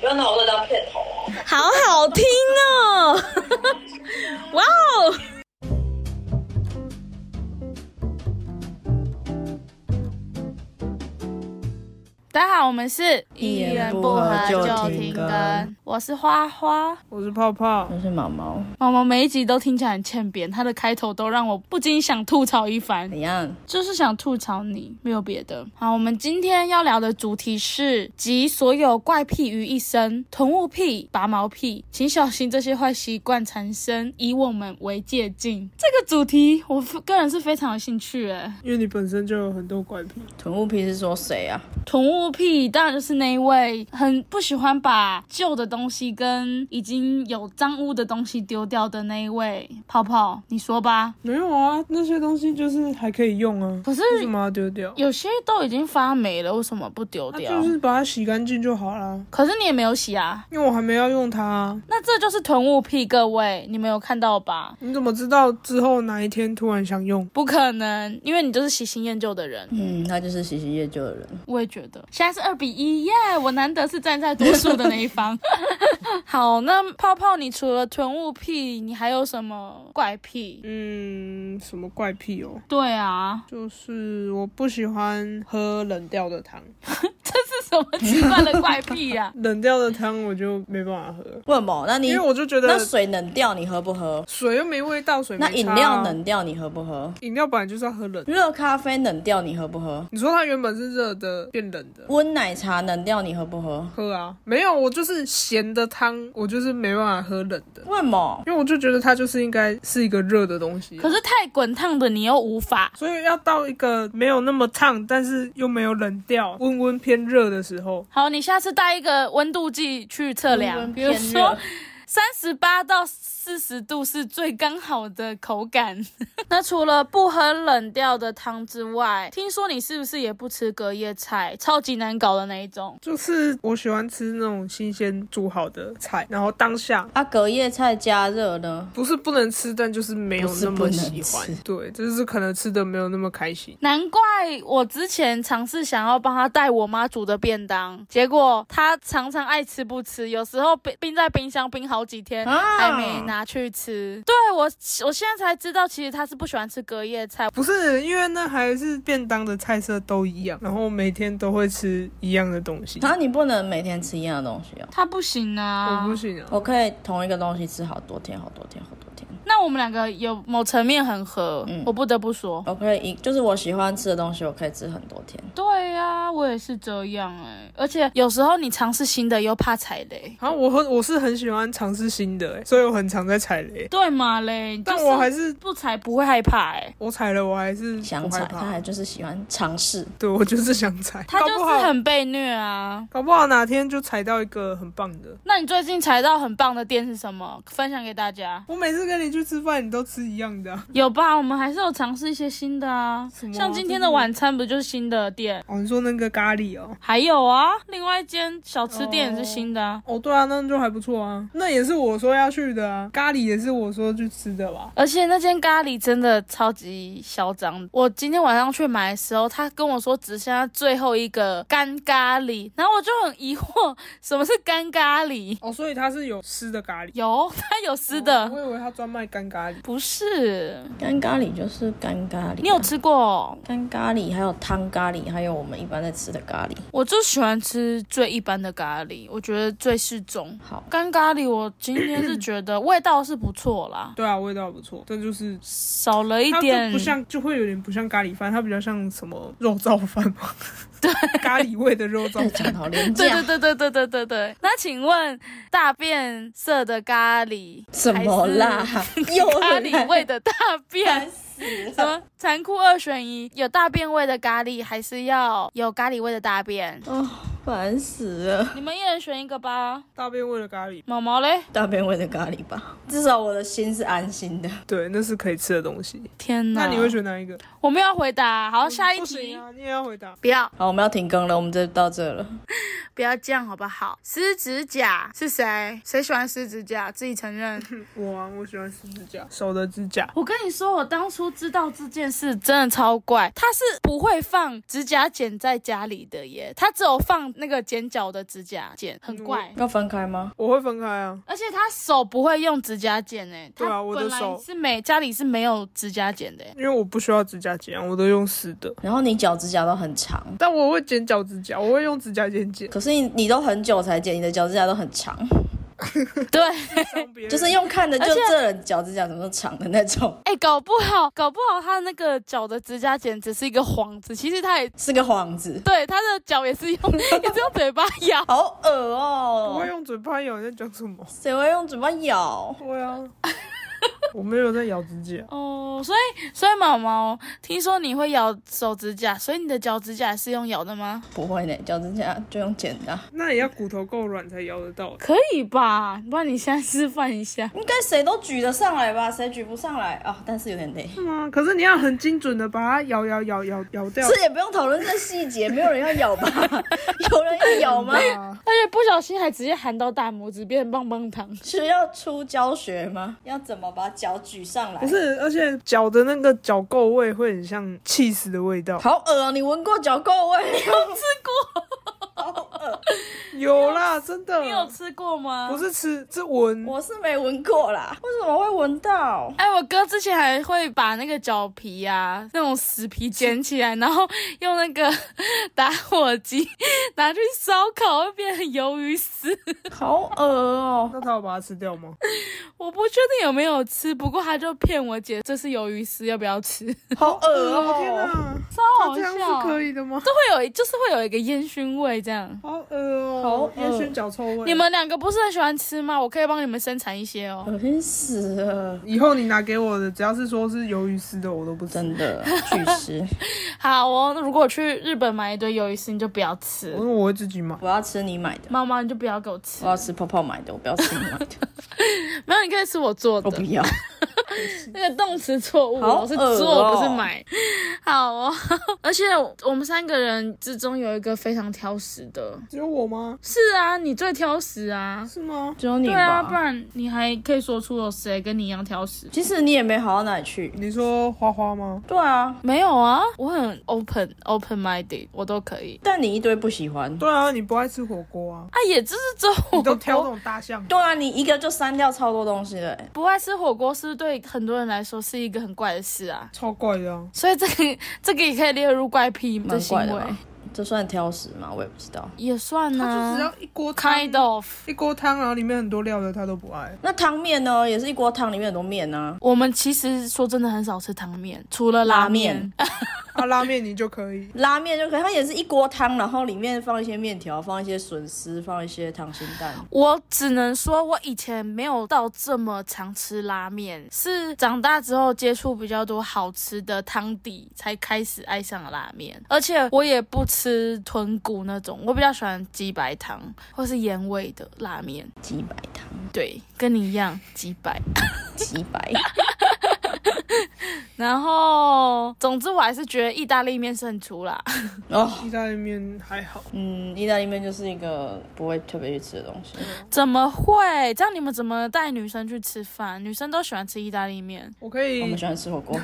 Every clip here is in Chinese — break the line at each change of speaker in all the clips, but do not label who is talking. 真的好乐当片头哦。
好好听哦！哇哦！
大家好，我们是
一言不合就停更，
我是花花。
我是泡泡，
我是毛毛，
毛毛每一集都听起来很欠扁，他的开头都让我不禁想吐槽一番
怎，样？
就是想吐槽你，没有别的。好，我们今天要聊的主题是集所有怪癖于一身，囤物癖、拔毛癖，请小心这些坏习惯缠身，以我们为借镜。这个主题我个人是非常有兴趣诶。
因为你本身就有很多怪癖，
囤物癖是说谁啊？
囤物癖当然就是那一位很不喜欢把旧的东西跟已经有脏污的东西丢掉的那一位泡泡，你说吧。
没有啊？那些东西就是还可以用啊，
可是
为什么要丢掉？
有些都已经发霉了，为什么不丢
那
掉？
啊就是把它洗干净就好啦，
可是你也没有洗啊，
因为我还没要用它、啊。
那这就是囤物癖，各位，你们有看到吧？
你怎么知道之后哪一天突然想用？
不可能，因为你就是喜新厌旧的人。
嗯，他就是喜新厌旧的人。
我也觉得，现在是二比一，耶！我难得是站在多数的那一 方。好，那泡泡，你除了囤物癖，你还有什么怪癖？
嗯，什么怪癖哦？
对啊，
就是我不喜欢喝冷掉的汤，
是什么奇怪的怪癖啊 呀、
冷掉的汤我就没办法喝，
为什么？那你
因为我就觉
那
得
水冷掉你喝不喝？
水又没味道，水没
那饮
差啊
料冷掉你喝不喝？
饮料本来就是要喝冷的。
热咖啡冷掉你喝不喝？
你说它原本是热的变冷的，
温奶茶冷掉你喝不喝？
喝啊，没有，我就是咸的汤，我就是没办法喝冷的，
为什么？
因为我就觉得它就是应该是一个热的东西。啊
可是太滚烫的你又无法。
所以要到一个没有那么烫，但是又没有冷掉，温温偏热的时候，
好，你下次带一个温度计去测量，比如
偏
说
热
三十八到四十度是最刚好的口感。 那除了不喝冷掉的汤之外，听说你是不是也不吃隔夜菜，超级难搞的那一种？
就是我喜欢吃那种新鲜煮好的菜，然后当下。
啊，隔夜菜加热呢？
不是不能吃，但就是没有那么喜
不是不
欢
能。
对，就是可能吃的没有那么开心。
难怪我之前尝试想要帮他带我妈煮的便当，结果他常常爱吃不吃，有时候冰冰在冰箱冰好几天、
啊
还没拿去吃。对我，我现在才知道，其实他是不喜欢吃隔夜菜。
不是因为那还是便当的菜色都一样，然后每天都会吃一样的东西。
啊，你不能每天吃一样的东西哦。
他不行啊！
我不行啊！
我可以同一个东西吃好多天，好多天，好多天。
那我们两个有某层面很合，
嗯
我不得不说。
我可以一就是我喜欢吃的东西，我可以吃很多天。
对呀、我也是这样哎、而且有时候你尝试新的又怕踩雷，
啊，我很我是很喜欢尝试新的、欸，所以我很常在踩雷。
对嘛嘞？
但
就是
我还是
不踩不会害怕哎、
我踩了，我还是
想
不害
踩，
怕
他还就是喜欢尝试。
对我就是想踩，
他
搞
就
不
是
好
很被虐啊。
搞不好哪天就踩到一个很棒的。
那你最近踩到很棒的店是什么？分享给大家。
我每次跟你去吃饭，你都吃一样的啊、
有吧？我们还是有尝试一些新的啊
什么，啊
像今天的晚餐不就是新的店？
哦，你说那个咖喱哦。
还有啊，另外一间小吃店也是新的啊。
哦，对啊，那就还不错啊。那也是我说要去的啊，咖喱也是我说去吃的吧。
而且那间咖喱真的超级嚣张。我今天晚上去买的时候，他跟我说只剩下最后一个干咖喱，然后我就很疑惑，什么是干咖喱？
哦，所以它是有湿的咖喱。
有，它有湿的，
我以为它专卖干咖喱。
不是？
干咖喱就是干咖喱啊，
你有吃过哦？
干咖喱，还有汤咖喱，还有我们一般在吃的咖喱。
我就喜欢吃最一般的咖喱，我觉得最适中。
好，
干咖喱，我今天是觉得味道是不错啦，
对啊，味道不错，但就是
少了一
它
点
就不像，就会有点不像咖喱饭，它比较像什么肉燥饭嘛。对， 咖喱味的肉燥饭。
讲得好 廉
对
价
对，对对对对对对。那请问大便色的咖喱，
什么啦？ 又
咖喱味
的，
的大便？什么残酷二选一？有大便味的咖喱，还是要有咖喱味的大便？
哦，烦死了。
你们一人选一个吧。
大便味的咖喱，
毛毛嘞？
大便味的咖喱吧，至少我的心是安心的。
对，那是可以吃的东西。
天哪！
那你会选哪一个？
我没有要回答。好，下一
不
题
行。啊，你也要回答。
不要
好，我们要停更了，我们就到这了。
不要这样好不好？撕指甲是谁？谁喜欢撕指甲？自己承认。
我啊，我喜欢撕指甲，手的指甲。
我跟你说，我当初知道这件事真的超怪，他是不会放指甲剪在家里的耶，他只有放那个剪脚的指甲剪，
嗯
很怪。
要分开吗？
我会分开啊。
而且他手不会用指甲剪诶、
对啊
他
我的
本来
手
是没家里是没有指甲剪的、欸。
因为我不需要指甲剪啊，我都用湿的。
然后你脚指甲都很长，，
但我会剪脚趾甲，我会用指甲剪剪
可是你你都很久才剪，你的脚指甲都很长，
对，
伤别人
就是用看的就
而且
这人脚指甲怎么长的那种，
哎、搞不好搞不好他那个脚的指甲剪只是一个幌子，其实他也
是个幌子，
对他的脚也是 用也是用嘴巴咬。
好恶
不
哦、
会用嘴巴咬，你在讲什么？
谁会用嘴巴咬？
对啊， 我没有在咬指甲，
哦，所以所以毛毛，听说你会咬手指甲，所以你的脚指甲是用咬的吗？
不会呢，脚指甲就用剪的啊。
那也要骨头够软才咬得到。
可以吧？不然你现在示范一下。
应该谁都举得上来吧？谁举不上来啊、但是有点 累。
是吗？可是你要很精准的把它咬咬咬咬咬掉。
这也不用讨论这细节，没有人要咬 吧？有人要咬吗？
啊，
而且不小心还直接含到大拇指，变成棒棒糖。
是要出教学吗？要怎么把脚举上来
不？是，而且脚的那个脚垢味会很像 cheese 的 味道。
好恶哦、你闻过脚垢味？
有啦，真的
你。有吃过吗？
不是吃，是闻。
我是没闻过啦，为什么会闻到？
哎，我哥之前还会把那个脚皮呀、那种死 皮捡起来，然后用那个 打火机拿去烧烤，会变成鱿鱼丝。
好恶哦、
那他有把它吃 掉吗？
我不确定有没有吃，不过他就骗我姐这是鱿鱼丝，要不要吃？
好恶哦、
天哪，
超
他
好
这样
笑，
是可以的吗？
都会有一，就是会有一个烟熏味这样。
好恶哦、
好恶
烟熏脚臭味。
你们两个不是很喜欢吃吗？我可以帮你们生产一些哦。
恶心死了，
以后你拿给我的，只要是说是鱿鱼丝的，我都不吃。
真的去 吃。
好哦，那如果我去日本买一堆鱿鱼丝，你就不要吃
我。说我会自己买。
我要吃你买的，
猫猫，你就不要给我吃
我。要吃泡泡买的，我不要吃你买的，
没有，你可以吃我做
我不
的。
要。
那个动词错误哦，
好
我是
恶
做
哦
不是买。 好哦， 而且我们三个人之中有一个非常挑食的。
只有我吗？
是啊，你最挑食啊。
是吗？
只有你
对啊，
吧？
不然你还可以说出有谁跟你一样挑食？
其实你也没好到哪里去。
你说花花吗？
对啊，
没有啊，我很 open open minded，我都可以。
但你一堆不喜欢。
对啊，你不爱吃火锅啊？
啊，也就是这
你
火
都
锅
挑那种大象。
对啊，你一个就删掉超多东西的欸、
不爱吃火锅，是不是对很多人来说是一个很怪的事啊？
超怪的、啊，
所以这个这个也可以列入怪癖吗？
蛮
行
怪的
为
吧？这算挑食吗？我也不知道。
也算呢、
他就只要一锅汤
kind of。
一锅汤，然后里面很多料的，他都不爱。
那汤面呢？也是一锅汤，里面很多面啊。
我们其实说真的很少吃汤面，除了拉
拉
面呃
面。。
啊，拉面你就可以
拉面就可以，它也是一锅汤，然后里面放一些面条，放一些笋丝，放一些溏心蛋。
我只能说，我以前没有到这么常吃拉面，是长大之后接触比较多好吃的汤底，才开始爱上了拉面。而且我也不吃豚骨那种，我比较喜欢鸡白汤或是盐味的拉面。
鸡白汤，
对，跟你一样鸡白。
鸡白。
然后，总之我还是觉得意大利面胜出啦。
哦，
意大利面还好，
嗯，意大利面就是一个不会特别去吃的东西。
怎么会？这样你们怎么带女生去吃饭？女生都喜欢吃意大利面，
我可
我
以
们喜欢吃火锅，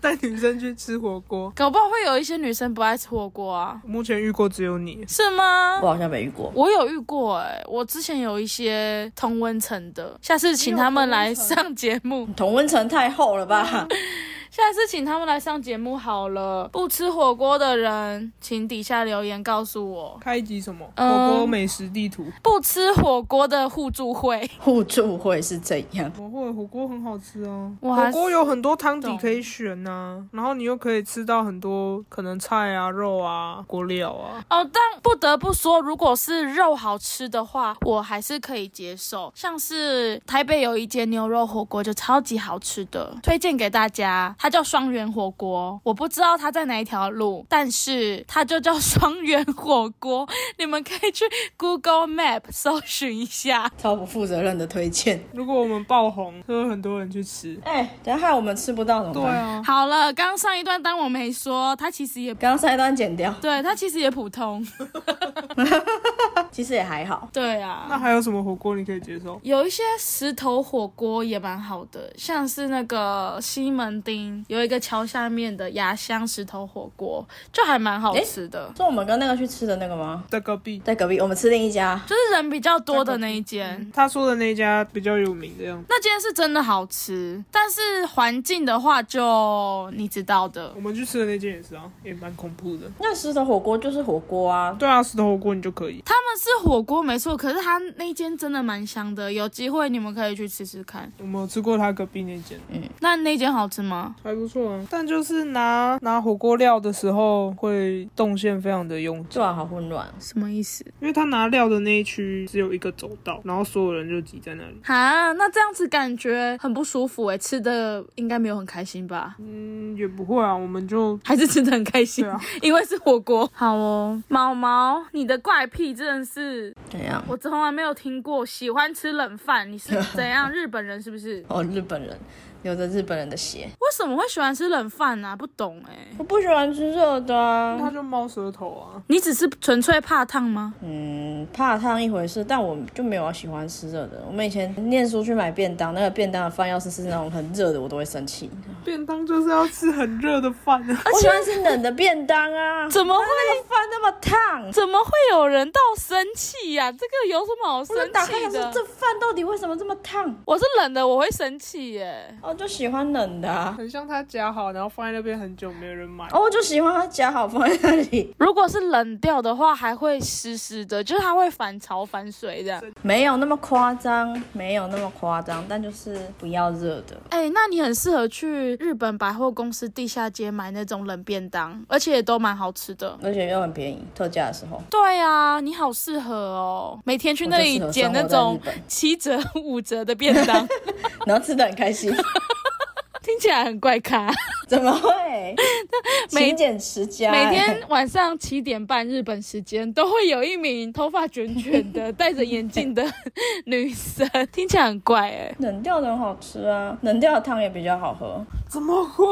带女生去吃火锅。
搞不好会有一些女生不爱吃火锅啊？
目前遇过只有你，
是吗
我？好像没遇过。
我有遇过哎、我之前有一些同温层的，下次请他们来上节目，
同温层太厚了吧？
下次请他们来上节目好了。不吃火锅的人，请底下留言告诉我。
开一集什么
嗯
火锅美食地图？
不吃火锅的互助会，
互助会是怎样？
我会火锅很好吃啊，
我还
火锅有很多汤底
懂
可以选呐、然后你又可以吃到很多可能菜啊、肉啊、锅料啊。
哦，但不得不说，如果是肉好吃的话，我还是可以接受。像是台北有一间牛肉火锅就超级好吃的，推荐给大家，它叫双元火锅。我不知道它在哪一条路，但是它就叫双元火锅， 你们可以去 Google Map 搜寻一下。
超不负责任的推荐。
如果我们爆红，就会很多人去吃。
哎、等一下害我们吃不到怎么
对
办？
啊，
好了，刚刚上一段当我没说，它其实也
刚刚上一段剪掉，
对，它其实也普通。
其实也还好。
对
那
啊，
还有什么火锅你可以接受？
有一些石头火锅也蛮好的，像是那个西门町有一个桥下面的牙香石头火锅，就还蛮好吃的，
是我们跟那个去吃的那个吗？
在隔壁，
在隔壁，我们吃另一家。
就是人比较多的那一间。
他说的那一家比较有名的样子。
那间是真的好吃，但是环境的话就你知道的
我，们去吃的那间也是啊，也蛮恐怖的。
那石头火锅就是火锅啊，
对啊，石头火锅你就可以。
他们是火锅没错，可是他那间真的蛮香的，有机会你们可以去吃吃看。
我们有吃过他隔壁那间，
那那间好吃吗？
还不错啊。但就是拿拿火锅料的时候，会动线非常的拥挤，
做完好混乱。
什么意思？
因为他拿料的那一区只有一个走道，然后所有人就挤在那里。
啊，那这样子感觉很不舒服哎、吃的应该没有很开心吧？
嗯，也不会啊，我们就
还是吃的很开心，
对啊
因为是火锅。好哦，毛毛，你的怪癖真的是
怎样？
我从来没有听过，喜欢吃冷饭，你是怎样日本人是不 是？
哦，日本人有着日本人的血，
为什么会喜欢吃冷饭呢、啊？不懂哎、
我不喜欢吃热的、
他
啊。
就猫舌头啊。
你只是纯粹怕烫吗？
嗯，怕烫一回事，但我就没有喜欢吃热的。我们以前念书去买便当，那个便当的饭要是是那种很热的，我都会生气。
便当就是要吃很热的饭啊。
我喜欢吃冷的便当 啊，
怎么会
那个饭那么烫？
怎么会有人到生气呀、这个有什么好生
我就打开
气
想说
的？
这饭到底为什么这么烫？
我是冷的，我会生气耶。
哦，就喜欢冷的、啊。
很像他夹好，然后放在那边很久没有人买。
哦，我就喜欢它夹好放在那里。
如果是冷掉的话，还会湿湿的，就是它会反潮反水这样。
没有那么夸张，没有那么夸张，但就是不要热的。
哎、那你很适合去日本百货公司地下街买那种冷便当，而且也都蛮好吃的。
而且又很便宜，特价的时候。
对啊，你好适合哦，每天去那里
我就适
捡
合
那
生活在
种
日本
七折、五折的便当，
然后吃的很 开心，
听起来很怪 咖。
怎么会？
每
勤俭持家、
每
哎
天晚上七点半日本时间，都会有一名头发卷卷 的、戴着眼镜的女生，听起来很怪哎、
冷掉的很好吃啊，冷掉的汤也比较好喝。
怎么会？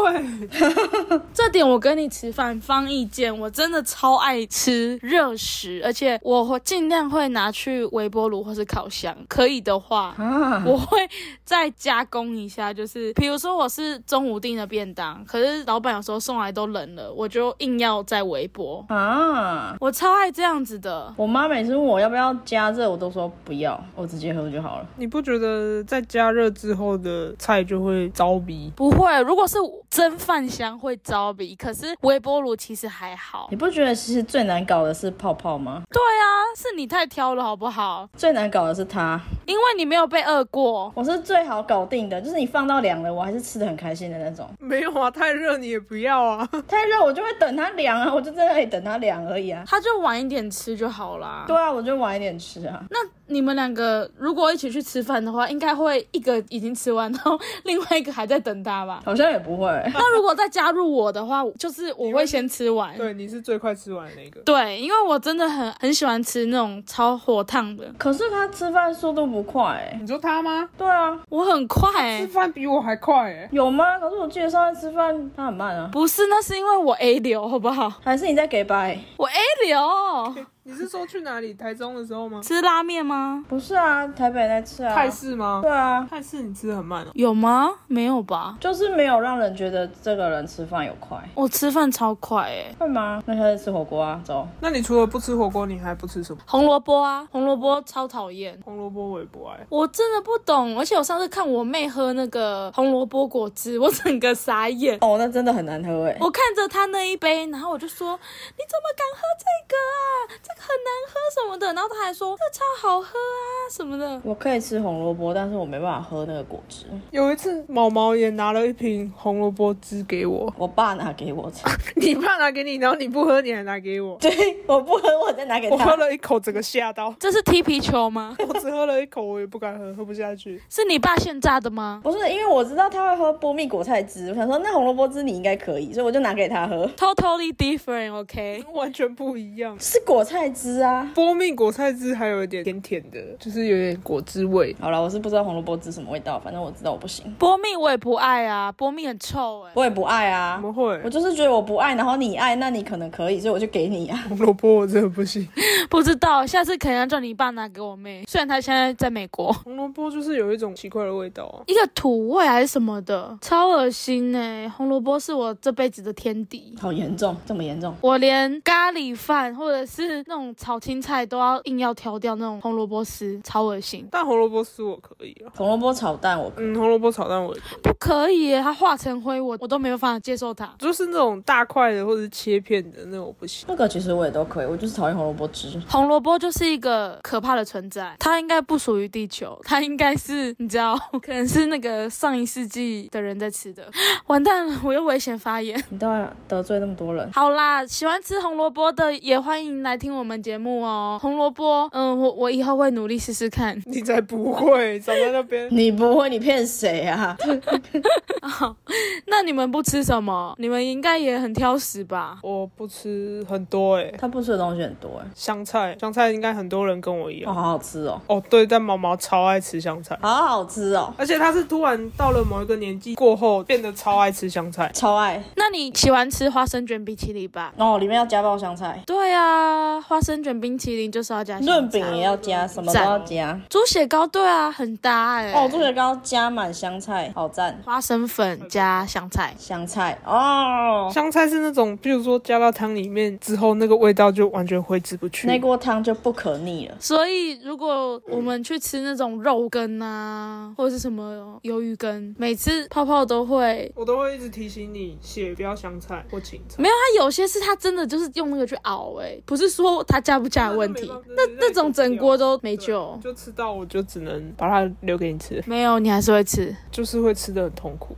这点我跟你持反方意见，我真的超爱吃热食，而且我会尽量会拿去微波炉或是烤箱，可以的话。
啊，
我会再加工一下，就是比如说我是中午订的便当，可是老板有时候送来都冷了，我就硬要再微波，
啊！
我超爱这样子的。
我妈每次问我要不要加热，我都说不要，我直接喝就好了。
你不觉得在加热之后的菜就会着迷？
不会，如果是蒸饭香会招鼻，可是微波炉其实还好
你。不觉得其实最难搞的是泡泡吗？
对啊，是你太挑了好不好？
最难搞的是它，
因为你没有被饿过。
我是最好搞定的，就是你放到凉了，我还是吃的很开心的那种。
没有啊，太热你也不要啊。
太热我就会等它凉啊，我就在那里等它凉而已啊。
他就晚一点吃就好啦。
对，啊，我就晚一点吃啊。
那你们两个如果一起去吃饭的话，应该会一个已经吃完，然后另外一个还在等他 吧？
好像也不会。
那如果再加入我的话，就是我会先吃完。
对，你是最快吃完的那个。
对，因为我真的很很喜欢吃那种超火烫的，
可是他吃饭速度不快、欸，
你说他吗？
对啊，
我很快、
吃
欸。
饭比我还快哎、
有吗？可是我记得上次吃饭他很慢啊，
不是，那是因为我 A 流，好不好？
还是你在给白？
我 A 流，
你是说去哪里？台中的时候吗？
吃拉面吗？
不是啊，台北在吃啊，
泰式吗
对？啊，
泰式你吃的很慢哦。
有吗？没有吧？
就是没有让人觉得这个人吃饭有快，
我吃饭超快欸诶、
会吗？那下次吃火锅啊，走。
那你除了不吃火锅，你还不吃什么？
红萝卜啊，红萝卜超讨厌。
红萝卜我也不爱。
我真的不懂，而且我上次看我妹喝那个红萝卜果汁，我整个傻眼。
哦，那真的很难喝哎、
我看着她那一杯，然后我就说：“你怎么敢喝这个啊？这个很难喝什么的。”然后她还说：“这个超好喝啊什么的。
我可以吃红萝卜，但是我没办法喝那个果汁。
有一次毛毛也拿了一瓶红萝卜汁给我，
我爸拿给我吃，
你爸拿给你，然后你不喝，你还拿给我。
对，我不喝，我再拿给
我喝
他。
了一口，整个吓到”。
这是踢皮球吗？
我只喝了一口，我也不敢喝，喝不下去。
是你爸现榨的吗？
不是，因为我知道他会喝波蜜果菜汁，我想说那红萝卜汁你应该可以，所以我就拿给他喝。
Totally different，OK、
完全不一样。
是果菜菜汁啊。
波蜜果菜汁还有一点甜甜的，就是有点果汁味。
好了，我是不知道红萝卜汁什么味道，反正我知道我不行，
波蜜我也不爱啊，波蜜很臭哎、
我也不爱啊
怎。么会
我？就是觉得我不爱，然后你爱，那你可能可以，所以我就给你啊。
红萝卜我真的不行，
不知道，下次可能要叫你爸拿给我妹，虽然她现在在美国。
红萝卜就是有一种奇怪的味道啊。
一个土味还是什么的，超恶心哎、红萝卜是我这辈子的天敌，
好严重，这么严重。
我连咖喱饭或者是那种炒青菜都要硬要挑掉那种红萝卜丝，超恶心。
但红萝卜丝我可以啊，
红萝卜炒蛋我可以
嗯，红萝卜炒蛋我也可以
不可以耶、它化成灰我我都没有办法接受它。
就是那种大块的或者是切片的那种我不行。
那个其实我也都可以，我就是讨厌红萝卜汁。
红萝卜就是一个可怕的存在，它应该不属于地球，它应该是你知道， 可能是那个上一世纪的人在吃的。完蛋了，我又危险发言。
你都要得罪那么多人，，
好啦，喜欢吃红萝卜的也欢迎来听我们节目哦。红萝卜，嗯，我我以后会努力试试看。
你才不会长在那边
你不会，你骗谁啊？
那你们不吃什么？你们应该也很挑食吧？
我不吃很多哎、
他不吃的东西很多哎、
香菜，香菜应该很多人跟我一
哦，
样。
好好吃哦，
哦，对，但毛毛超爱吃香菜，
好好吃哦，
而且他是突然到了某一个年纪过后，变得超爱吃香菜。
超爱
那你喜欢吃花生卷冰淇淋吧？
哦，里面要加爆香菜，
对啊，花生卷冰淇淋就是要加香菜
润饼也要加，什么都要加。
猪血糕，对啊，很搭哎、
哦，猪血糕加满香菜，好赞！
花生粉加香菜。
香菜哦，
香菜是那种，比如说加到汤里面之后，那个味道就完全挥之不去。
那锅汤就不可逆了。
所以，如果我们去吃那种肉羹啊，或者是什么鱿鱼羹，每次泡泡都会
我都会一直提醒你，写不要香菜或芹菜。
没有，它有些是它真的就是用那个去熬、欸，不是说它加不加的问题，
那
那种整锅都没救。
就吃到，我就只能把它留给你吃，
没有，你还是会吃。
就是会吃的很痛 苦。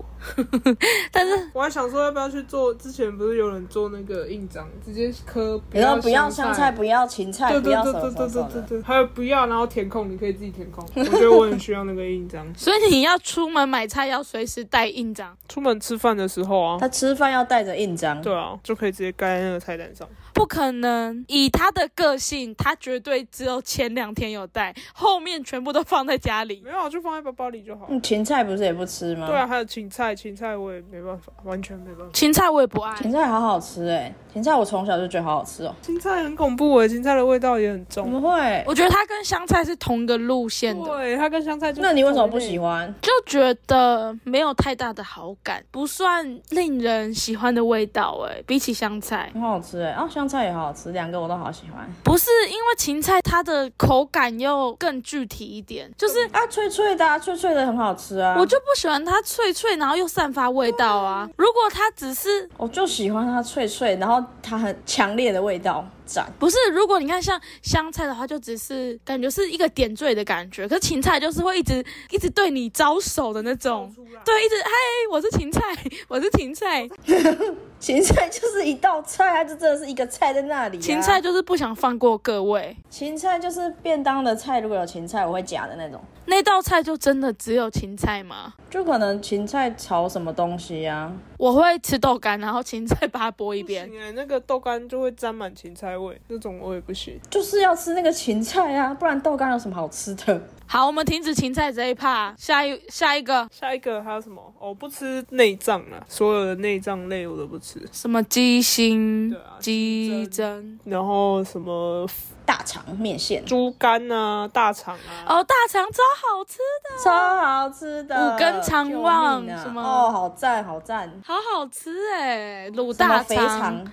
但是。
我还想说要不要去做，之前不是有人做那个印章，直接磕不
你说不要
香
香菜，不要芹菜，
对
不
对
要
对
什么
对
什么
对
什
对
么
对
的。
对，还有不要，然后填空，你可以自己填空。我觉得我很需要那个印章
所以你要出门买菜要随时带印章，
出门吃饭的时候啊，
他吃饭要带着印章，
对啊，就可以直接盖在那个菜单上。
不可能。以他的个性，他绝对只有前两天有带，后面全部都放在家里。
没有啊，就放在包包里就好。
嗯，芹菜不是也不吃吗？
对啊，还有芹菜，芹菜我也没办法，完全没办法。
芹菜我也不爱，
芹菜好好吃哎、芹菜我从小就觉得好好吃哦。
芹菜很恐怖诶，芹菜的味道也很
怎
重。
么会？
我觉得它跟香菜是同一个路线的。
对，它跟香菜就是
那你为什么不
同类
喜欢？
就觉得没有太大的好感，不算令人喜欢的味道哎、比起香菜，
很好吃哎、啊、香菜也好好吃，两个我都好喜欢。
不是因为芹菜它的口感又更具体一点，就是
啊，脆脆的、啊，脆脆的很好吃啊。
我就不喜欢它脆脆，然后又散发味道啊。
嗯
如果它只是
我就喜欢它脆脆，然后它很强烈的味道，赞。
不是，如果你看像香菜的话，就只是感觉是一个点缀的感觉，可是芹菜就是会一直一直对你招手的那种，对，一直嗨，我是芹菜，我是芹 菜，
啊
芹菜就是一道菜，它就真的是一个菜在那里、啊。
芹菜，就是不想放过各位。
芹菜就是便当的菜，如果有芹菜，我会夹的那种。
那道菜就真的只有芹菜吗？
就可能芹菜炒什么东西啊？
我会吃豆干，然后芹菜把它剥一遍
不。行欸那个豆干就会沾满芹菜味，那种我也不行。
就是要吃那个芹菜啊，不然豆干有什么好吃的？
好，我们停止芹菜这一趴，下一下一个
下一个还有什么？哦我不吃内脏啊，所有的内脏类我都不吃。
什么鸡心
对、啊
鸡
鸡
胗。
然后什么
大肠面线
猪肝啊、大肠啊，
哦，大肠超好吃的，
超好吃的，
五根肠旺
救命啊
什么
哦，好赞好赞，
好好吃哎，卤
什么
大
肥
肠
肠，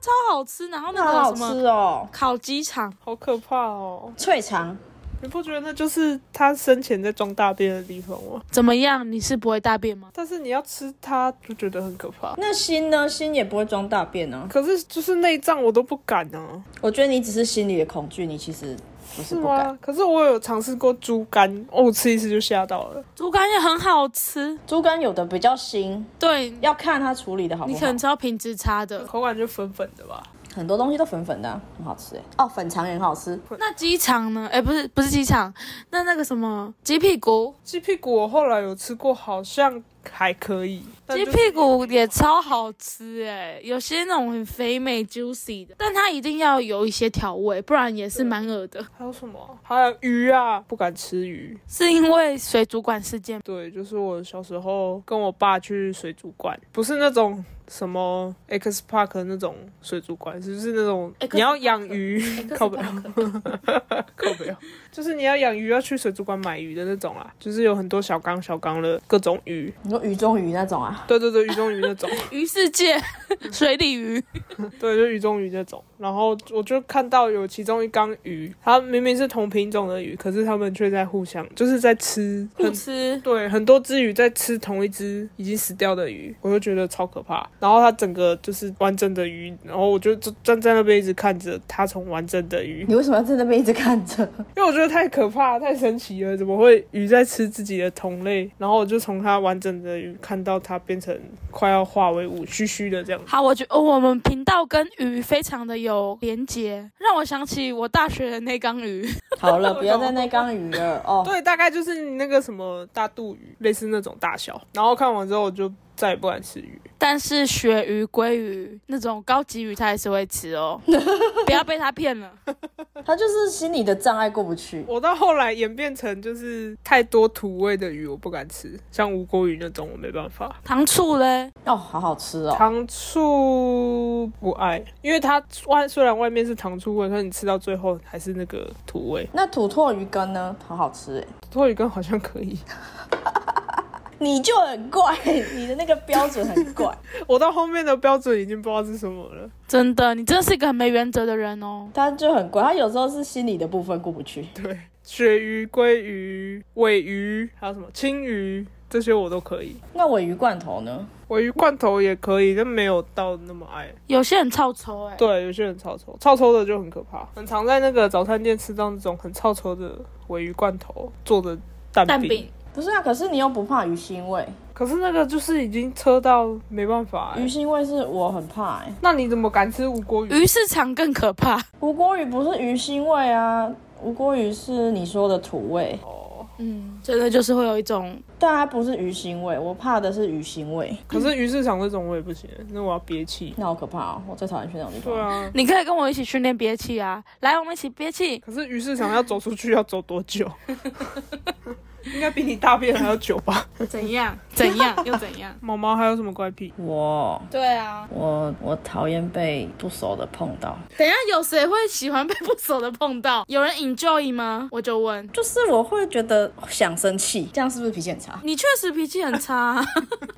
超好吃。然后那
那好好
个什
吃
么
哦，
烤鸡肠，
好可怕哦！
脆肠
你不觉得那就是它生前在装大便的地方吗？
怎么样？你是不会大便吗？
但是你要吃它，就觉得很可怕。
那心呢？心也不会装大便呢、
可是就是内脏我都不敢啊，
我觉得你只是心里的恐惧，你其实不是
是
不敢。
吗？啊可是我有尝试过猪肝，哦，我吃一次就吓到了。
猪肝也很好吃，
猪肝有的比较腥，
对
要看它处理的好不
你
好
可。能吃到品质差的。
口感就粉粉的吧，
很多东西都粉粉的啊、很好吃哎。哦，粉肠也很好吃，
那鸡肠呢？哎，不是不是鸡肠，那那个什么鸡屁股，
鸡屁股我后来有吃过，好像还可以，但
鸡
就
屁股也超好吃哎、有些那种很肥美 juicy 的，但它一定要有一些调味，不然也是蛮恶的。
还有什么啊？还有鱼啊，不敢吃鱼。
是因为水族馆事件，
对，就是我小时候跟我爸去水族馆，不是那种什么 X Park 那种水族馆，就是那种
X
你要养鱼，靠不了， 靠不了，就是你要养鱼要去水族馆买鱼的那种啦，就是有很多小缸小缸的各种鱼，
你说鱼中鱼那种啊？
对对对，鱼中鱼那种。
鱼世界 水里鱼，
对，就鱼中鱼那种。然后我就看到有其中一缸鱼，它明明是同品种的鱼，可是它们却在互相，就是在吃，
不
很
吃
对，很多只鱼在吃同一只已经死掉的鱼，我就觉得超可怕。然后它整个就是完整的鱼，然后我就就站在那边一直看着它从完整的鱼，
你为什么要在那边一直看着？
因为我觉得太可怕、太神奇了，怎么会鱼在吃自己的同类？然后我就从它完整的鱼看到它变成快要化为五须须的这样子。
好，我觉得、哦我们频道跟鱼非常的有连结，让我想起我大学的那缸鱼。
好了，不要再那缸鱼了哦。
对，大概就是你那个什么大肚鱼，类似那种大小。然后看完之后，我就再也不敢吃鱼。
但是鳕鱼、鲑鱼那种高级鱼，它还是会吃哦， 不要被它骗了。
他就是心里的障碍过不去。
我到后来演变成就是太多土味的鱼，我不敢吃，像无锅鱼那种，我没办法。
糖醋嘞，
哦，好好吃哦。
糖醋不爱，因为它外虽然外面是糖醋味，但你吃到最后还是那个土味。
那土托鱼羹呢？好好吃哎。
土鱼羹好像可 以。
你就很怪，你的那个标准很怪。
我到后面的标准已经不知道是什么了。
真的，你真的是一个很没原则的人哦。
他就很怪，他有时候是心理的部分过不去。
对，鳕鱼、鲑鱼、尾鱼，还有什么青鱼，这些我都可以。
那尾鱼罐头呢？
尾鱼罐头也可以，但没有到那么爱。
有些人超丑哎、
对，有些人超臭，超臭的就很可怕。很常在那个早餐店吃到那种很臭臭的尾鱼罐头做的蛋
蛋
饼，
饼
不是啊，可是你又不怕鱼腥味，
可是那个就是已经车到没办法、
鱼
欸。
腥味是我很怕哎、
那你怎么敢吃无锅鱼？
鱼市场更可怕。
无锅鱼不是鱼腥味啊，无锅鱼是你说的土味，
哦，
嗯，真的就是会有一种
但它不是鱼腥味，我怕的是鱼腥味，
可是鱼市场这种我也不 行，那我要憋气。
那好可怕哦！我最讨厌去那种地方。
对啊，
你可以跟我一起训练憋气啊！来，我们一起憋气。
可是鱼市场要走出去要走多久？ 应该比你大便还要久吧？？
怎 样？怎样？又怎样
毛毛还有什么怪癖？
我
对啊，
我我讨厌被不熟的碰到，
等一下有谁会喜欢被不熟的碰到？有人 enjoy 吗？我就问。
就是我会觉得想生气，这样是不是脾气很差？
你确实脾气很差、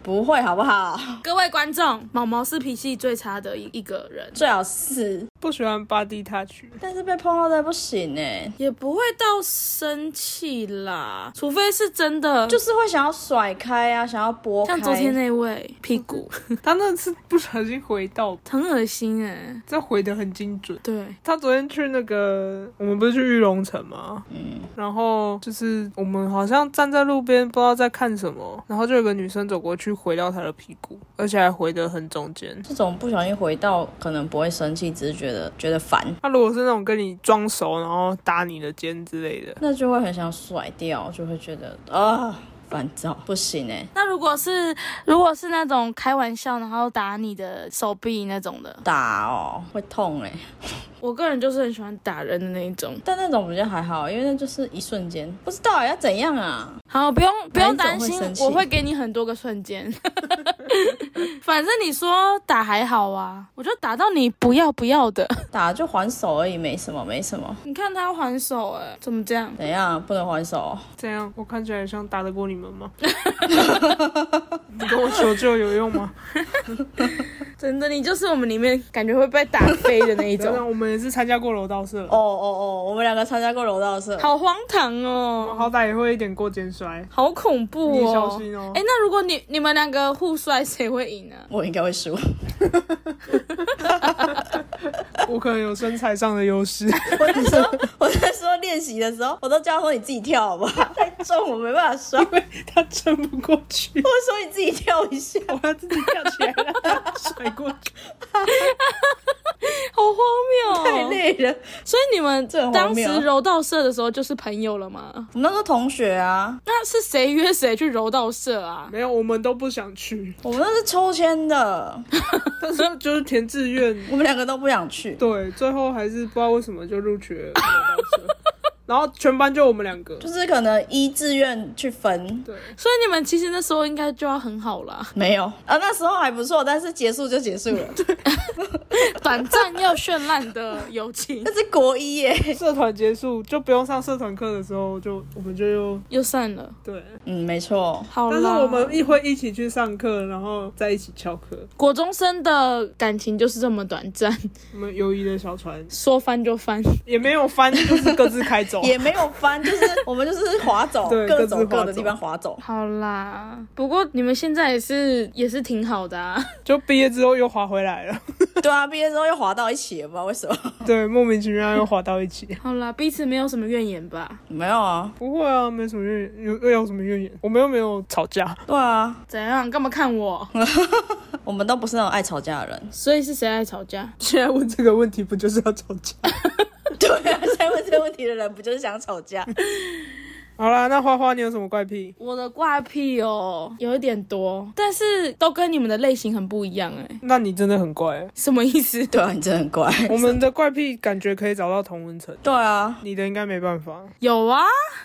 不会好不好？
各位观众，毛毛是脾气最差的一一个人，
最好是，
不喜欢 body touch。
但是被碰到的不行哎、
也不会到生气啦，除非是真的，
就是会想要甩开啊，想要拨开。
像昨天那位屁股，
他那次不小心回到，
很恶心哎、
这回的很精准。
对，
他昨天去那个，我们不是去玉龙城吗？嗯，然后就是我们好像站在路边，不知道在看什么，然后就有个女生走过去回到他的屁股，而且还回得很中间。
这种不小心回到，可能不会生气，只是觉得觉得烦，
他如果是那种跟你装熟，然后打你的肩之类的，
那就会很想甩掉，就会觉得啊烦躁，不行哎、
那如果是如果是那种开玩笑然后打你的手臂那种的，
打哦会痛哎、
我个人就是很喜欢打人的那一种。
但那种比较还好，因为那就是一瞬间，不知道要怎样啊。
好，不用不用
哪
担
一种会
心
生，气
我会给你很多个瞬间。 反正你说打还好啊，我就打到你不要不要的。
打就还手而已，没什么没什么。
你看他还手、哎，怎么这样？
怎样不能还手哦？
怎样？我看起来像打得过你们吗？ 你跟我求救有用吗？
真的，你就是我们里面感觉会被打飞的那一
当 然，
种，
我们也是参加过柔道社，
哦哦哦，我们两个参加过柔道社，
好荒唐
我
哦，
好歹也会一点过肩摔。
好恐怖
你小
哦。
心哦
哎、那如果你你们两个互摔，谁会赢 啊？
我应该会输，
我可能有身材上的优势。
我在说， 我在说练习的时候，我都叫他说你自己跳好不好？ 太重我没办法摔，我
因为他撑不过去，
说你自己跳一下。
我要自己 跳起来，让他甩过去。
好荒谬、哦，
太累猎人，
所以你们
这很荒
当
谬
时柔道社的时候就是朋友了吗？
我们那时候同学啊，
那是谁约谁去柔道社啊？
没有，我们都不想去，
我们那是抽签的，
但是就是填志愿，
我们两个都不想去。
对，最后还是不知道为什么就录取了柔道社，然后全班就我们两个
就，是可能依志愿去分，
对，
所以你们其实那时候应该就要很好 啦，
没有啊，那时候还不错，但是结束就结 束了。
短暂又绚烂的友情
那是国一耶，
社团结束就不用上社团课的时候，就我们就又
又散了。
对，
嗯，没错，，
好
但
啦，
是我们一会一起去上课，然后再一起翘课，
国中生的感情就是这么短暂，
我们友谊的小船
说翻就翻。
也没有翻，就是各自开走
也没有翻，就是我们就是划走，
对
各
各自
走
划
各的
走
地方划走。
好啦，不过你们现在也是也是挺好的啊。
就毕业之后又滑回来 了，
对啊，毕业之后又划到一起，也不知道为什么。
对，莫名其妙又滑到一起。
好啦，彼此没有什么怨言吧？
没有啊，
不会啊，没什么怨言，有又有什么怨言？我们又没有吵架，
对啊，
怎样？干嘛看 我？
我们都不是那种爱吵架的人。
所以是谁爱吵架？
现在问这个问题不就是要吵架？
对啊，在问这个问题的人，不就是想吵架？
好啦，那花花你有什么怪癖？
我的怪癖哦，有一点多，但是都跟你们的类型很不一样哎、
那你真的很怪欸、
什么意思？
对啊，你真的很乖。
我们的怪癖感觉可以找到同温层，
对啊，
你的应该没办法。
有啊，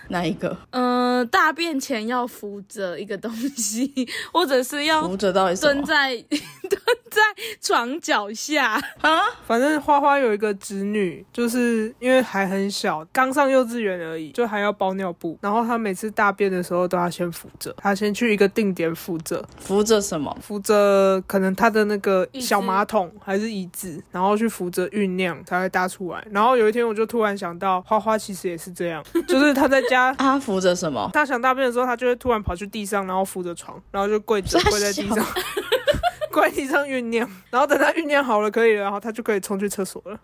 哪一个？
嗯、大便前要扶着一个东西，或者是要
舞者到底是什
蹲
么
在 蹲在床脚下。
啊？
反正花花有一个侄女，就是因为还很小，刚上幼稚园而已，就还要包尿布。然后她每次大便的时候都要先扶着，她先去一个定点扶着，
扶着什么？
扶着可能她的那个
椅子
小马桶还是椅子，然后去扶着酝酿才会搭出来。然后有一天我就突然想到，花花其实也是这样， 就是她在家。
啊，扶着什么？
她想大便的时候，她就会突然跑去地上，然后扶着床，然后就跪着跪在地上， 跪在地上酝酿。然后等她酝酿好了，可以了，然后她就可以冲去厕所 了。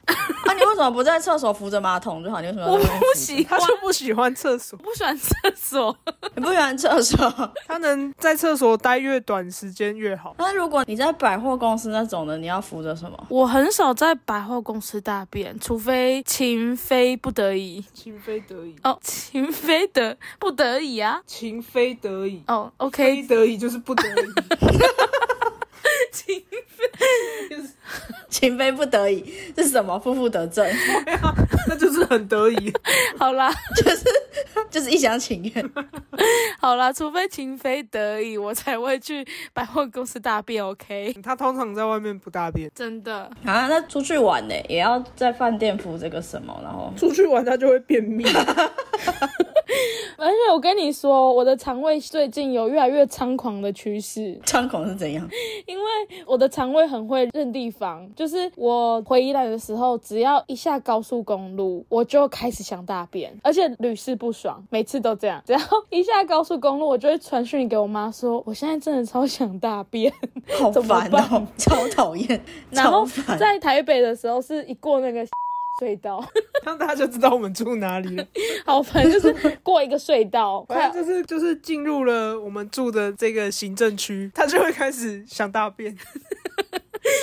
啊，你为什么不在厕所扶着马桶就好？你为什么要
我
在那边
不
呃扶着
喜
他
欢，
就不喜欢厕所，
不喜欢厕所。
你不喜欢厕所？
他能在厕所待越短时间越好。
那如果你在百货公司那种的，你要扶着什么？
我很少在百货公司大便，除非情非不得已。
情非得已，
哦， 情非得不得已啊。
情非得已，
哦
非
，OK，
得已就是不得已。
情
情非不得已是什么？负负得正，
那就是很得已，
好啦，
就是一厢情愿。
好啦，除非情非得已，我才会去百货公司大便。OK，
他通常在外面不大便，
真的，
啊，那出去玩呢，也要在饭店扶这个什么，然后
出去玩他就会便秘。
而且我跟你说，我的肠胃最近有越来越猖狂的趋势，
穿孔是怎样？
因为我的肠胃很会认地方，就是我回宜兰的时候，只要一下高速公路，我就开始想大便，而且屡试不爽，每次都这样。只要一下高速公路，我就会传讯给我妈说，我现在真的超想大便。
好
怎么
烦哦， 超讨厌，
然
超
后
烦。
在台北的时候，是一过那个 隧道，
那大家就知道我们住哪里了。
好烦，就是过一个隧道， 快
反正就是就是进入了我们住的这个行政区，他就会开始想大便。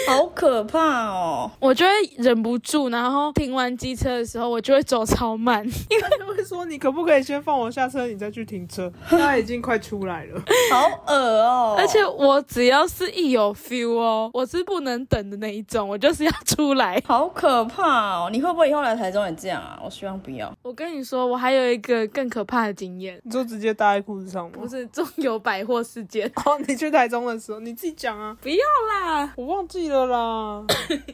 好可怕哦！
我就会忍不住，然后停完机车的时候，我就会走超慢，
他就会说：“你可不可以先放我下车，你再去停车？”他已经快出来了。
好恶哦！
而且我只要是一有 feel 哦，我是不能等的那一种，我就是要出来。
好可怕哦！你会不会以后来台中也这样啊？我希望不要。
我跟你说，我还有一个更可怕的经验，
你就直接搭在裤子上吗
不？是中油百货事件，
哦，你去台中的时候，你自己讲啊，
不要啦，
我忘记了啦。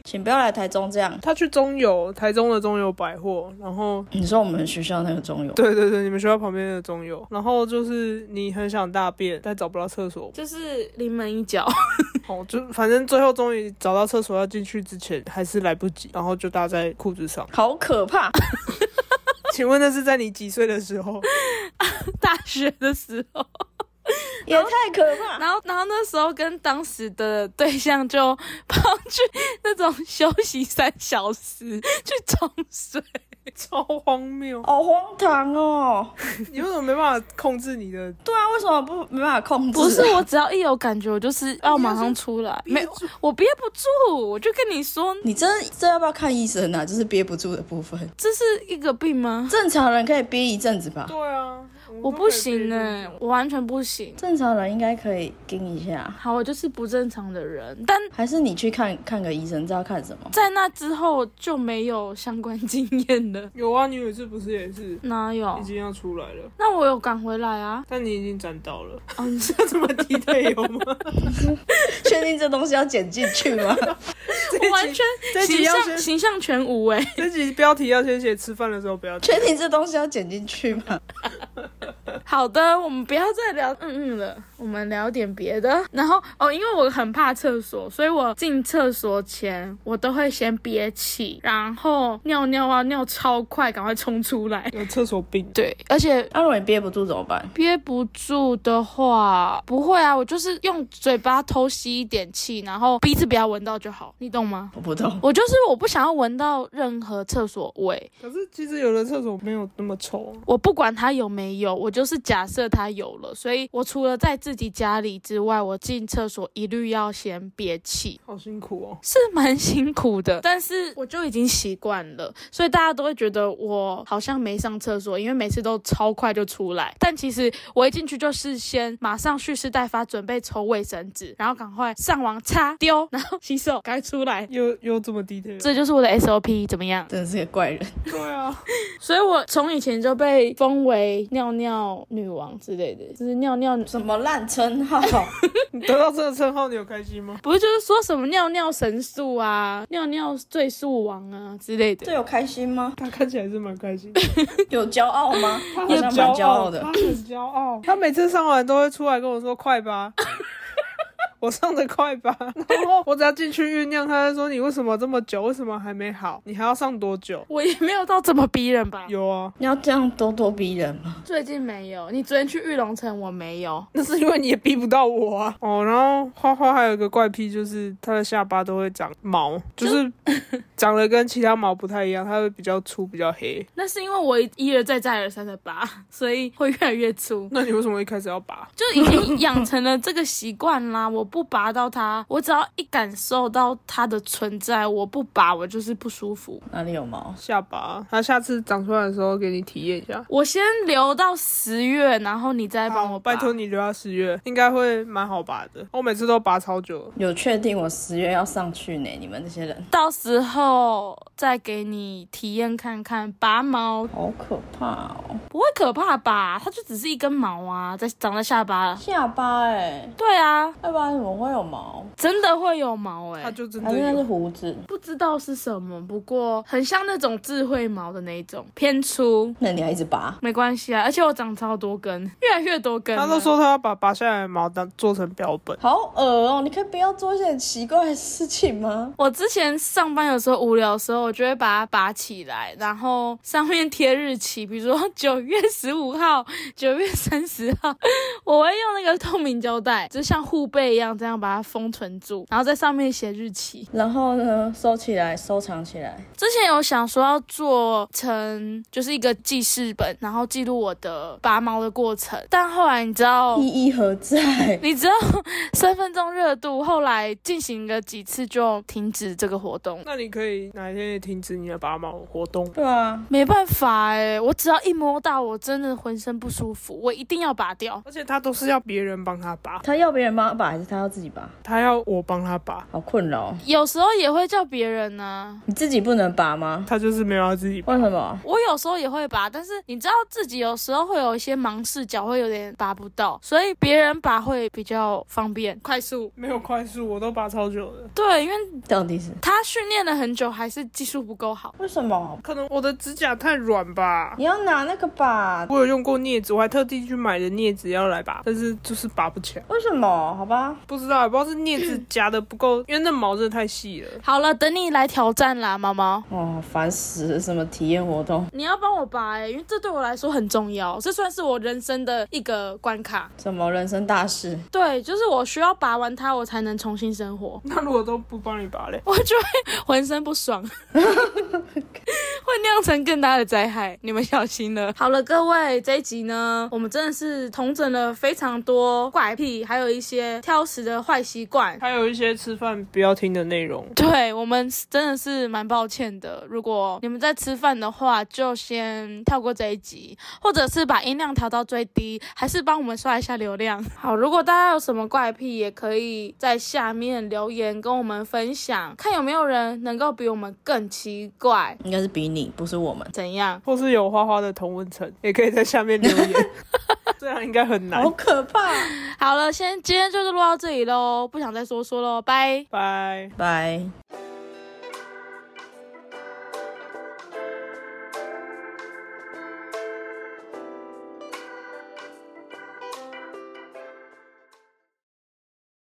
请不要来台中这样。
他去中友，台中的中友百货，然后
你说我们学校那个中友，。
对对对，你们学校旁边的中友，然后就是你很想大便，但找不到厕所，
就是临门一脚。
哦，就反正最后终于找到厕所要进去之前还是来不及，然后就搭在裤子上
好 可怕！
请问那是在你几岁的时候？
大学的时候，
也太可怕。
然后然后那时候跟当时的对象就 跑去那种休息三小时去冲水。
超荒谬！
好荒唐哦！
你为什么没办法控制你的？
对啊，为什么不没办法控制啊？
不是我，只要一有感觉，我就是要马上出来，没有我憋不住，我就跟你说，
你这这要不要看医生啊？就是憋不住的部分，
这是一个病吗？
正常人可以憋一阵子吧？
对啊，
我不
们都可以
行
憋
呢、
很久
我完全不行。
正常人应该可以盯一下，
好，我就是不正常的人，但
还是你去看看个医生，知道看什么？
在那之后就没有相关 经验了。
有啊，你有一次不是也是
哪有
已？经要出来了，
那我有赶回来啊。
但你已经沾到了，
哦，你是
这怎么提队友 吗？
确定这东西要剪进去 吗？
我完全
这集
形
要
象
先，
形象全无哎、
这集标题要先写吃饭的时候不要。
确定这东西要剪进去吗？
好的，我们不要再聊嗯嗯了，我们聊点别的。然后哦，因为我很怕厕所，所以我进厕所前我都会先憋气，然后尿尿啊尿超快，赶快冲出来。
有厕所病，
对，而且
那、如果你憋不住怎么办？
憋不住的话，不会啊，我就是用嘴巴偷吸一点气，然后鼻子不要闻到就好，你懂吗？
我不懂，
我就是我不想要闻到任何厕所味，
可是其实有的厕所没有那么臭啊。
我不管它有没有，我就是假设它有了，所以我除了在自己家里之外，我进厕所一律要先憋气。
好辛苦哦，
是蛮辛苦的，但是我就已经习惯了，所以大家都会觉得我好像没上厕所，因为每次都超快就出来。但其实我一进去就是先马上蓄势待发，准备抽卫生纸，然后赶快上网擦丢， 然后洗手，赶快出来。
又又这么低调。
这就是我的 SOP，怎么样？
真的是个怪人。
对啊，
所以我从以前就被封为尿尿女王之类的，就是尿尿。
什么烂称 号？
你得到这个称号，你有开心吗？
不是，就是说什么尿尿神速啊、尿尿最速王啊之类的。
这有开心吗？
他看起来是蛮开心的，
有骄傲吗？他好像蛮骄傲的
他。很骄傲。他每次上完都会出来跟我说：“快 吧。”我上的快吧，然后我只要进去酝酿，他就说你为什么这么久，为什么还没好，你还要上多久？
我也没有到这么逼人吧？
有啊，
你要这样咄咄逼人吗？
最近没有，你昨天去玉龙城我没有。
那是因为你也逼不到我啊。哦，然后花花还有一个怪癖，就是它的下巴都会长毛，就是 长得跟其他毛不太一样，它会比较粗，比较黑。
那是因为我一而再再而三的拔，所以会越来越粗，
那你为什么一开始要拔？
就已经养成了这个习惯啦。我不拔到它，我只要一感受到它的存在，我不拔我就是不舒服。
哪里有毛？
下巴，它下次长出来的时候给你体验一下。
我先留到十月，然后你再帮
好
我拔
拜托。你留到十月，应该会蛮好拔的。我每次都拔超久，
有确定我十月要上去呢？你们这些人
到时候再给你体验看看拔毛
好可怕哦！
不会可怕吧？它就只是一根毛啊，在长在下巴。
下巴哎、
对啊，
要不然怎么会有毛？
真的会有毛哎、
它就真
还
的
是那是
有。
胡子？
不知道是什么，不过很像那种智慧毛的那一种，偏粗，
那你还一直拔？
没关系啊。而且我长超多根，越来越多根了。
他都说他要把拔下来的毛当做成标本，
好恶哦！你可以不要做一些很奇怪的事情吗？
我之前上班有时候无聊的时候，我就会把它拔起来，然后上面贴日期，比如说九月十五号、 九月三十号，我会用那个透明胶带，就像护背一样，这样把它封存住，然后在上面写日期。
然后呢，收起来，收藏起来。
之前有想说要做成就是一个记事本，然后记录我的拔毛的过程，但后来你知道。
意义何在？
你知道 三分钟热度，后来进行了几次就停止这个活动，
那你可以哪一天也停止你的拔毛活动。
对啊，
没办法哎、我只要一摸到，我真的浑身不舒服，我一定要拔掉。
而且他都是要别人帮他拔，
他要别人帮他拔，还是他要自己拔？
他要我帮他拔，
好困扰哦。
有时候也会叫别人呢、
你自己不能拔吗？
他就是没有他自己拔。
为什么？
啊我有时候也会拔，但是你知道自己有时候会有一些忙视角，会有点拔不到，所以别人拔会比较方便、快速。
没有快速，我都拔超久的。
对，因为
到底是
他训练了很久，还是技术不够好。
为什么？
可能我的指甲太软吧。
你要拿那个吧？
我有用过镊子，我还特地去买的镊子要来拔，但是就是拔不起来。
为什么？好吧，
不知道，也不知道是镊子夹的不够，因为那毛真的太细了。
好了，等你来挑战啦，毛毛。
哦，烦死了！什么体验活动？
你要帮我拔哎、因为这对我来说很重要，这算是我人生的一个关卡。
什么人生大事？
对，就是我需要拔完它，我才能重新生活。
那如果都不帮你拔嘞？
我就会浑身不 爽，会酿成更大的灾害，你们小心了。好了，各位，这一集呢，我们真的是统整了非常多怪癖，还有一些挑食的坏习惯。
还有一些吃饭不要听的内容，
对我们真的是蛮抱歉的，如果你们在吃饭的话，就先跳过这一集，或者是把音量调到最低，还是帮我们刷一下流量。好，如果大家有什么怪癖，也可以在下面留言跟我们分享，看有没有人能够比我们更奇怪。
应该是比你，不是我们。
怎样？
或是有花花的同文层，也可以在下面留言。这样应该很难
好。可怕！
好了，先今天就是录到这里喽，不想再说说喽，拜。
拜。
拜。